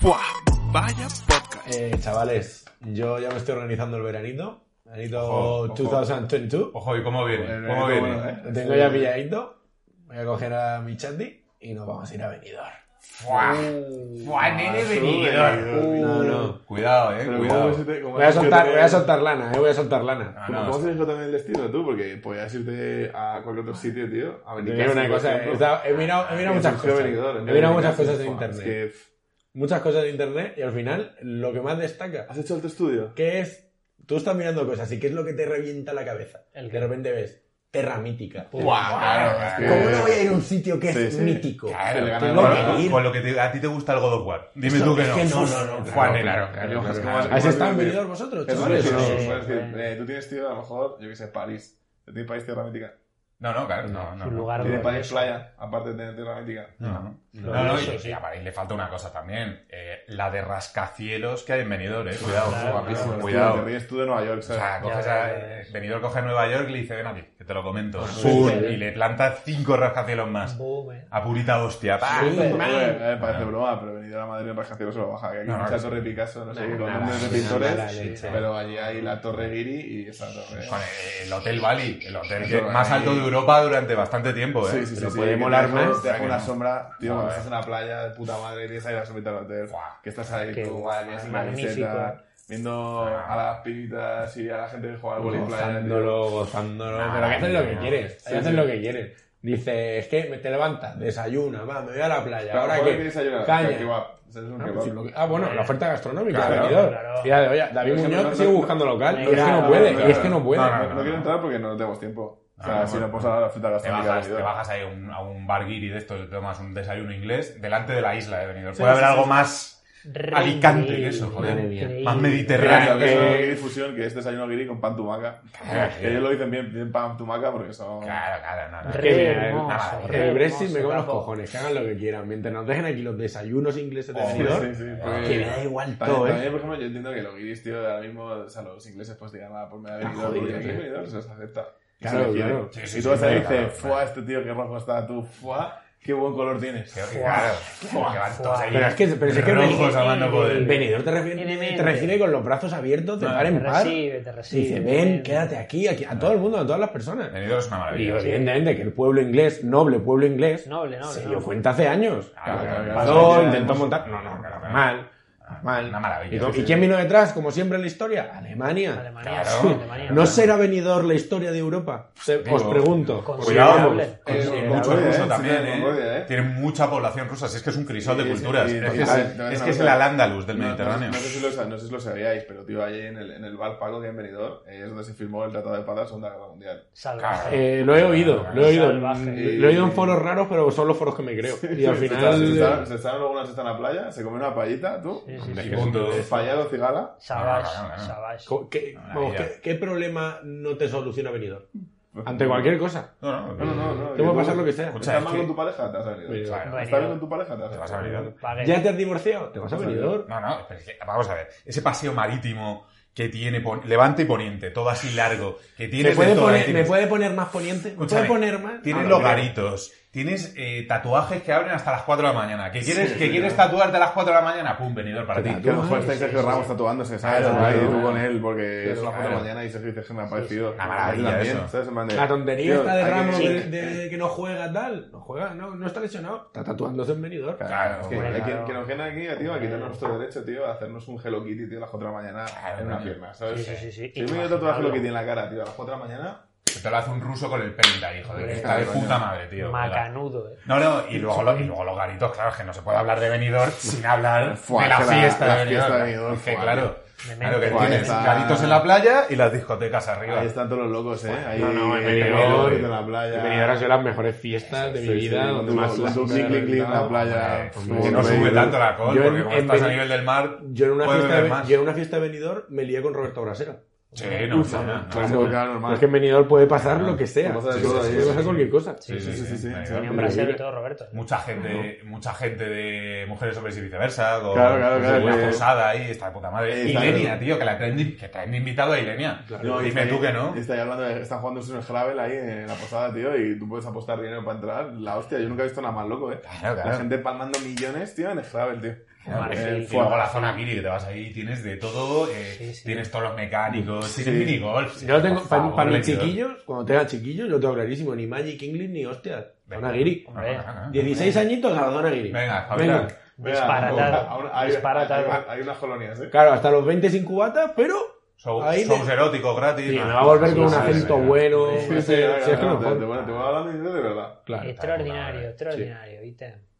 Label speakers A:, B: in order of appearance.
A: ¡Buah! ¡Vaya podcast!
B: Eh, chavales, yo ya me estoy organizando el veranito. Veranito
A: Ojo, ojo.
B: 2022.
A: Ojo, ¿y cómo viene?
C: Bueno,
A: ¿Cómo
C: eh,
A: viene?
C: bueno, eh.
B: Lo tengo ya pilladito. Voy a coger a mi chandi y nos vamos a ir a Benidorm.
A: ¡Buah! ¡Buah, nene venidor!
B: No, no.
A: ¿Eh? Cuidado, eh,
C: Pero
A: cuidado.
C: ¿cómo, te, cómo
B: Voy a
C: has
B: soltar, voy
C: ido
B: a
C: también-
B: soltar lana, eh, voy a soltar lana.
A: Ah,
C: ¿Cómo
A: no,
C: cómo
A: es-
C: has elegido también el destino tú? Porque podías irte a cualquier otro sitio, tío. A
B: Te
C: Benicassim,
B: digo una
C: por
B: cosa, he,
C: ejemplo.
B: estado- he mirado, he mirado
C: Que
B: muchas
C: surgió
B: cosas.
C: Benidorm, en
B: He mirado muchas
C: Benicassim,
B: cosas en
C: joder, es
B: internet.
C: que, pff,
B: Muchas cosas en internet y al final lo que más destaca
C: ¿Has hecho el estudio?
B: que es... Tú estás mirando cosas y ¿qué es lo que te revienta la cabeza? De repente ves Terra Mítica.
A: ¡Buah! Claro,
C: que-
B: ¿Cómo este no voy a ir a un sitio que
C: Sí,
B: es
C: sí.
B: mítico?
C: Claro,
B: Tengo
C: claro,
B: que
C: claro.
B: ir.
A: Con lo que te- a ti te gusta el God of War. Dime
B: Eso
A: tú que
B: es
A: no.
B: que no, no, no,
A: Juan,
B: claro,
A: claro,
C: claro,
A: claro,
C: claro.
A: claro.
B: ¿Has estado en
C: Benidorm
B: Benidorm vosotros,
C: Eso
B: chavales?
C: es lo que
B: Sí.
C: te digo, es decir, eh, tú tienes, tío, a lo mejor, yo que sé, París. Yo tengo París Tierra Mítica.
A: No, no, claro, no, no.
D: un lugar
C: Tiene París
D: glorioso.
C: Playa, aparte de tener Tierra Mítica.
A: No, no.
B: No,
A: No, no,
D: eso
A: y,
D: sí.
A: y a París le falta una cosa también. eh, la de rascacielos que hay en Benidorm, eh. Cuidado, guapísimo,
C: Claro,
A: cuidado.
C: Te ríes tú de Nueva York,
A: O
C: ¿sabes?
A: sea, coges
D: ya,
A: a-
D: ya, ya.
A: Benidorm coge a Nueva York y le dice, ven aquí, que te lo comento.
B: sí, sí.
A: Y le planta cinco rascacielos más.
D: Boom, eh.
A: A purita hostia.
D: ah,
A: pa.
B: Sí,
C: Joder, eh, parece
A: No.
C: broma, pero venir a Madrid en rascacielos se lo baja. Que aquí
A: No,
C: hay
A: no,
C: mucha
A: sí.
C: torre Picasso, no sé qué, con
B: nada,
C: nombres de
B: nada, nada,
C: pintores.
B: leche.
C: Pero allí hay la torre Giri y esa torre.
A: Con el, el Hotel Bali, el hotel que
C: Hotel
A: más
C: Bali.
A: alto de Europa durante bastante tiempo, ¿eh?
B: Pero puede
C: que
B: molar
C: te
B: más.
C: dejo- Te dejo
A: Claro
C: una
A: que no.
C: sombra, tío,
A: Joder.
C: cuando estás en la playa de puta madre y tienes ahí la sombrita del hotel.
A: Guau.
C: Que estás ahí,
D: Qué
C: tú, guay, tienes una
D: magnífico.
C: camiseta, viendo a las pibitas y a la gente que juega al boli en playa. tío.
B: Ah. Gozándolo, gozándolo.
A: Ah,
B: pero que haces lo que
A: no.
B: quieres.
C: Sí,
B: ahí haces
C: sí.
B: lo que quieres. Dice, es que me- te levantas, desayuna, va, me voy a la playa.
C: Pero
B: ahora
C: ¿por qué
B: que.
C: quieres ayudar?
B: Caña.
C: Kebab. O sea, es un
B: Ah,
C: kebab.
B: pues sí, lo que- ah, bueno, la oferta gastronómica.
A: Claro,
B: de Benidorm.
D: claro.
B: Mira, de, oye, David
C: Pero es que
B: Muñoz
C: no-
B: sigue
C: no-
B: buscando local. y es que
D: Claro,
B: no puede,
C: claro,
B: y es que no puede.
A: No,
C: No, no
B: Ah.
C: quiero entrar porque no tenemos tiempo. O
A: No,
C: sea,
A: no,
C: si
A: no.
C: no podemos hablar de la fruta
A: Te
C: gastronómica.
A: bajas,
C: tío.
A: te bajas ahí a un, a un bar guiri de estos, te tomas un desayuno inglés delante de la isla de Benidorm.
C: Sí,
A: Puede
C: sí,
A: haber
C: sí,
A: algo
C: sí.
A: más Alicante que eso, joder.
B: Madre mía.
A: Más
C: Claro,
A: mediterráneo
C: que
A: que
C: es una
A: eso.
B: Eh.
C: guiri fusión, que es desayuno guiri con pan tumaca. Que ellos lo dicen bien, bien pan tumaca porque son...
A: Claro, claro, no, no.
B: Que
D: Re
B: mira, el-
D: hermoso,
A: nada,
D: re
B: El Brexit
D: hermoso,
B: me come los
D: bravo.
B: cojones, que hagan lo que quieran. Mientras nos dejen aquí los desayunos ingleses de
C: Hombre,
B: Benidorm,
C: sí, pues- sí,
B: que me
C: porque-
B: da igual
C: También,
B: todo,
C: también,
B: ¿eh?
C: por ejemplo, yo entiendo que los guiris, tío, ahora mismo, o sea, los ingleses pues digan nada por me ha venido,
B: jodido,
C: porque aquí
B: tío.
C: Benidorm se los acepta. Y
B: Claro,
C: se les quiere.
B: claro.
A: Sí,
C: Y
A: sí,
C: tú
A: sí,
C: vas ahí y
A: claro,
C: dices,
A: claro.
C: fuá, este tío, qué rojo está, tú, fuá, qué buen color tienes.
A: Que- que Claro, que van todos ahí.
B: Pero es que- pero es que
A: rojos
B: Benidorm-
A: a más no poder.
B: Benidorm te, refi-
D: Evidente.
B: te recibe con los brazos abiertos de
A: Claro.
B: par
D: Te
B: en par.
D: recibe, te
B: Sí,
D: recibe.
B: dice, ven, quédate aquí, aquí, a todo el mundo, a todas las personas.
A: Benidorm es una
B: Y
A: maravilla.
B: evidentemente que el pueblo inglés, noble pueblo inglés,
D: Noble, noble,
B: se dio
D: noble.
B: cuenta hace años.
A: Claro, claro, claro.
B: Pasó,
C: Claro,
B: intentó
C: claro.
B: montar. No, no, claro, mal. Mal.
A: Una maravilla.
B: ¿Y, co-
A: Sí,
B: y
A: sí.
B: quién vino detrás, como siempre en la historia? Alemania.
D: Alemania,
A: Claro.
D: sí, Alemania.
B: ¿No será venidor la historia de Europa? Se-
A: Digo,
B: os pregunto.
D: considerable.
B: Os pregunto.
A: Eh,
C: Considerable,
A: mucho
C: eh,
A: ruso
C: sí,
A: también,
C: de
A: ¿eh?
C: Mongolia, eh.
A: Tiene mucha población rusa, si es que es un crisol de
C: Sí, sí,
A: culturas.
C: sí,
A: es que
C: sí,
A: es,
C: sí, sí,
A: es
C: sí,
A: que es
C: sí.
A: el Al-Ándalus del
C: No, no,
A: Mediterráneo.
C: No, sé si lo, sa- no sé si lo sabíais, pero tío, allí en el, en el bar Paco que en Benidorm eh, es donde se firmó el Tratado de Paz de la Segunda Guerra Mundial.
D: Salvaje.
B: Eh, lo he oído, lo he oído.
D: Salvaje.
B: Lo he oído en foros raros, pero son los foros que me creo. Y al
C: Se echaron- se echaron-
B: final.
C: se echaron luego una siesta en la playa, se comió una payita, tú,
D: Sí, sí,
A: Es
D: sí.
A: que es un todo-
C: fallado cigala,
D: Savage,
A: No, no, no, no.
D: Savage.
B: co- ¿Qué, vamos, ¿qué- qué problema no te soluciona venidor? Ante cualquier cosa.
A: No, no,
C: No, no, no, no.
B: Te puede
C: tú-
B: pasar lo que sea.
A: Escucha,
C: ¿Estás
A: es
C: mal
A: que-
C: con tu pareja? Te has venido.
B: Venidor.
A: Claro.
C: ¿Estás bien con tu pareja? Te has
A: Te
C: venido.
A: vas a Benidorm.
D: Pague.
B: ¿Ya te has divorciado? ¿Te vas a venidor?
A: No, no, pero es que, vamos a ver. Ese paseo marítimo que tiene pon- Levante y Poniente, todo así largo, que tiene
B: ¿Me puede,
A: de todo,
B: poner,
A: ahí
B: ¿Me
A: tienes-
B: puede poner más poniente? ¿Me
A: Escúchame,
B: puede poner más?
A: Tienes
B: Ah, no,
A: logaritos, tienes eh, tatuajes que abren hasta las 4 de la mañana. ¿Que quieres,
C: sí,
A: que
C: sí,
A: quieres
C: sí.
A: tatuarte a las 4 de la mañana? Pum, venidor para ti.
C: Que a lo mejor está ahí
D: Sí,
C: Sergio
D: sí,
C: Ramos
D: sí.
C: tatuándose, ¿sabes?
B: Claro,
C: Ahí
B: claro.
C: tú con él, porque es
B: Pero
C: una foto
A: claro.
C: de mañana y Sergio dice que me ha parecido.
A: Una maravilla
C: Él también,
A: eso.
C: ¿sabes? En plan de-
B: La tontería
C: Tío,
B: está de
C: hay que-
B: Ramos
C: sí.
B: de, de que no juega tal. No juega, no, no está lesionado. Está tatuándose en venidor.
A: Claro,
C: Es que,
A: hombre,
C: hay
D: claro.
C: quien- que nos viene aquí, tío, a quitarnos nuestro derecho, tío, a hacernos un Hello Kitty, tío, a las 4 de la mañana
A: Claro,
C: en una
A: coño.
C: pierna, ¿sabes?
D: Sí, sí, sí, sí.
C: Si yo me voy a tatuar Hello Kitty en la cara, tío, a las 4 de la mañana,
A: Que Te lo hace un ruso con el paint ahí, joder. que
D: Hombre,
A: está de
C: coño.
A: puta madre, tío.
D: Macanudo, eh.
A: No, no, y luego, lo- y luego los garitos, claro, es que no se puede hablar de venidor sin hablar
C: Fua,
A: de la
C: que la-
A: fiesta
C: la
A: de
C: fiesta de
A: venidor.
C: Benidorm,
A: Es que,
C: fua,
A: claro, Claro que
C: Ahí
A: tienes
C: está.
A: garitos en la playa y las discotecas arriba.
C: Ahí están todos los locos, ¿eh? Ahí,
B: No, no, en
C: el
B: Benidorm,
C: calor de la playa.
B: En Benidorm ha sido las mejores fiestas de eh. mi vida, donde más
C: la
B: las
C: un
B: cosas
C: clink, clink,
B: eran-
C: clink, la
B: no,
C: playa.
B: hombre,
A: que pues no
B: Hombre,
A: sube
B: yo-
A: tanto el alcohol,
B: yo en-
A: porque como
B: en
A: estás a
B: Beni-
A: nivel del mar,
E: Yo en una,
A: puedes
E: fiesta,
A: beber
E: de-
A: más.
E: yo en una fiesta de Benidorm me lié con Roberto Brasero.
A: Sí, no, no, no, no.
C: Claro,
B: no,
C: claro, normal.
B: Es que en Benidorm puede pasar
A: Ah,
B: lo que sea.
C: Puede pasar de
B: Sí,
C: todo,
B: sí,
C: sí,
B: puede
C: sí,
B: pasar
C: sí.
B: cualquier cosa.
A: Sí, sí, sí, sí.
C: Tenía
D: un brasero y todo, Roberto.
A: Mucha gente, mucha gente de mujeres hombres y viceversa, con
C: Claro, claro,
A: con
C: claro,
A: una
C: que-
A: posada ahí, está de puta madre.
C: Eh,
A: y
C: claro.
A: Lenia, tío, que la traen de, que traen de invitado a Ilenia.
C: No, y
A: Dime tú
C: está
A: que
C: ahí-
A: no.
C: Está ahí hablando de, están jugando un Gravel ahí en la posada, tío, y tú puedes apostar dinero para entrar. La hostia, yo nunca he visto nada más loco, eh.
A: Claro,
C: La
A: claro.
C: gente palmando millones, tío, en el Gravel, tío.
A: Claro,
D: Vale,
A: eh,
D: sí,
A: y luego la zona mini que te vas ahí, tienes de todo, eh,
D: Sí, sí.
A: tienes todos los mecánicos, tienes
C: Sí.
A: minigolf.
B: Yo lo tengo,
A: Por
B: para,
A: favor,
B: mis
A: Benidorm.
B: chiquillos, cuando tenga chiquillos, lo tengo clarísimo. Ni Magic English ni hostias. Don
A: Venga.
B: Aguirre.
A: Venga, venga, venga.
B: 16 añitos a Don Aguirre.
A: Venga, Javier.
C: Mira,
D: Disparatado,
C: aún- hay-
D: disparatado.
C: hay- Hay unas colonias, eh.
B: Claro, hasta los 20 sin cubata, pero...
A: Show-
B: Ahí
A: shows eróticos gratis.
B: Sí,
A: No,
B: me va a volver
A: sí,
B: con un
A: sí,
B: acento
A: sí,
B: bueno.
C: Sí, sí,
B: ese-
C: claro,
B: si es que
C: claro,
B: no
C: te-
B: puedo.
C: te- bueno, te voy a hablar de de verdad.
B: Claro.
D: extraordinario,
A: claro.
D: extraordinario, ¿viste?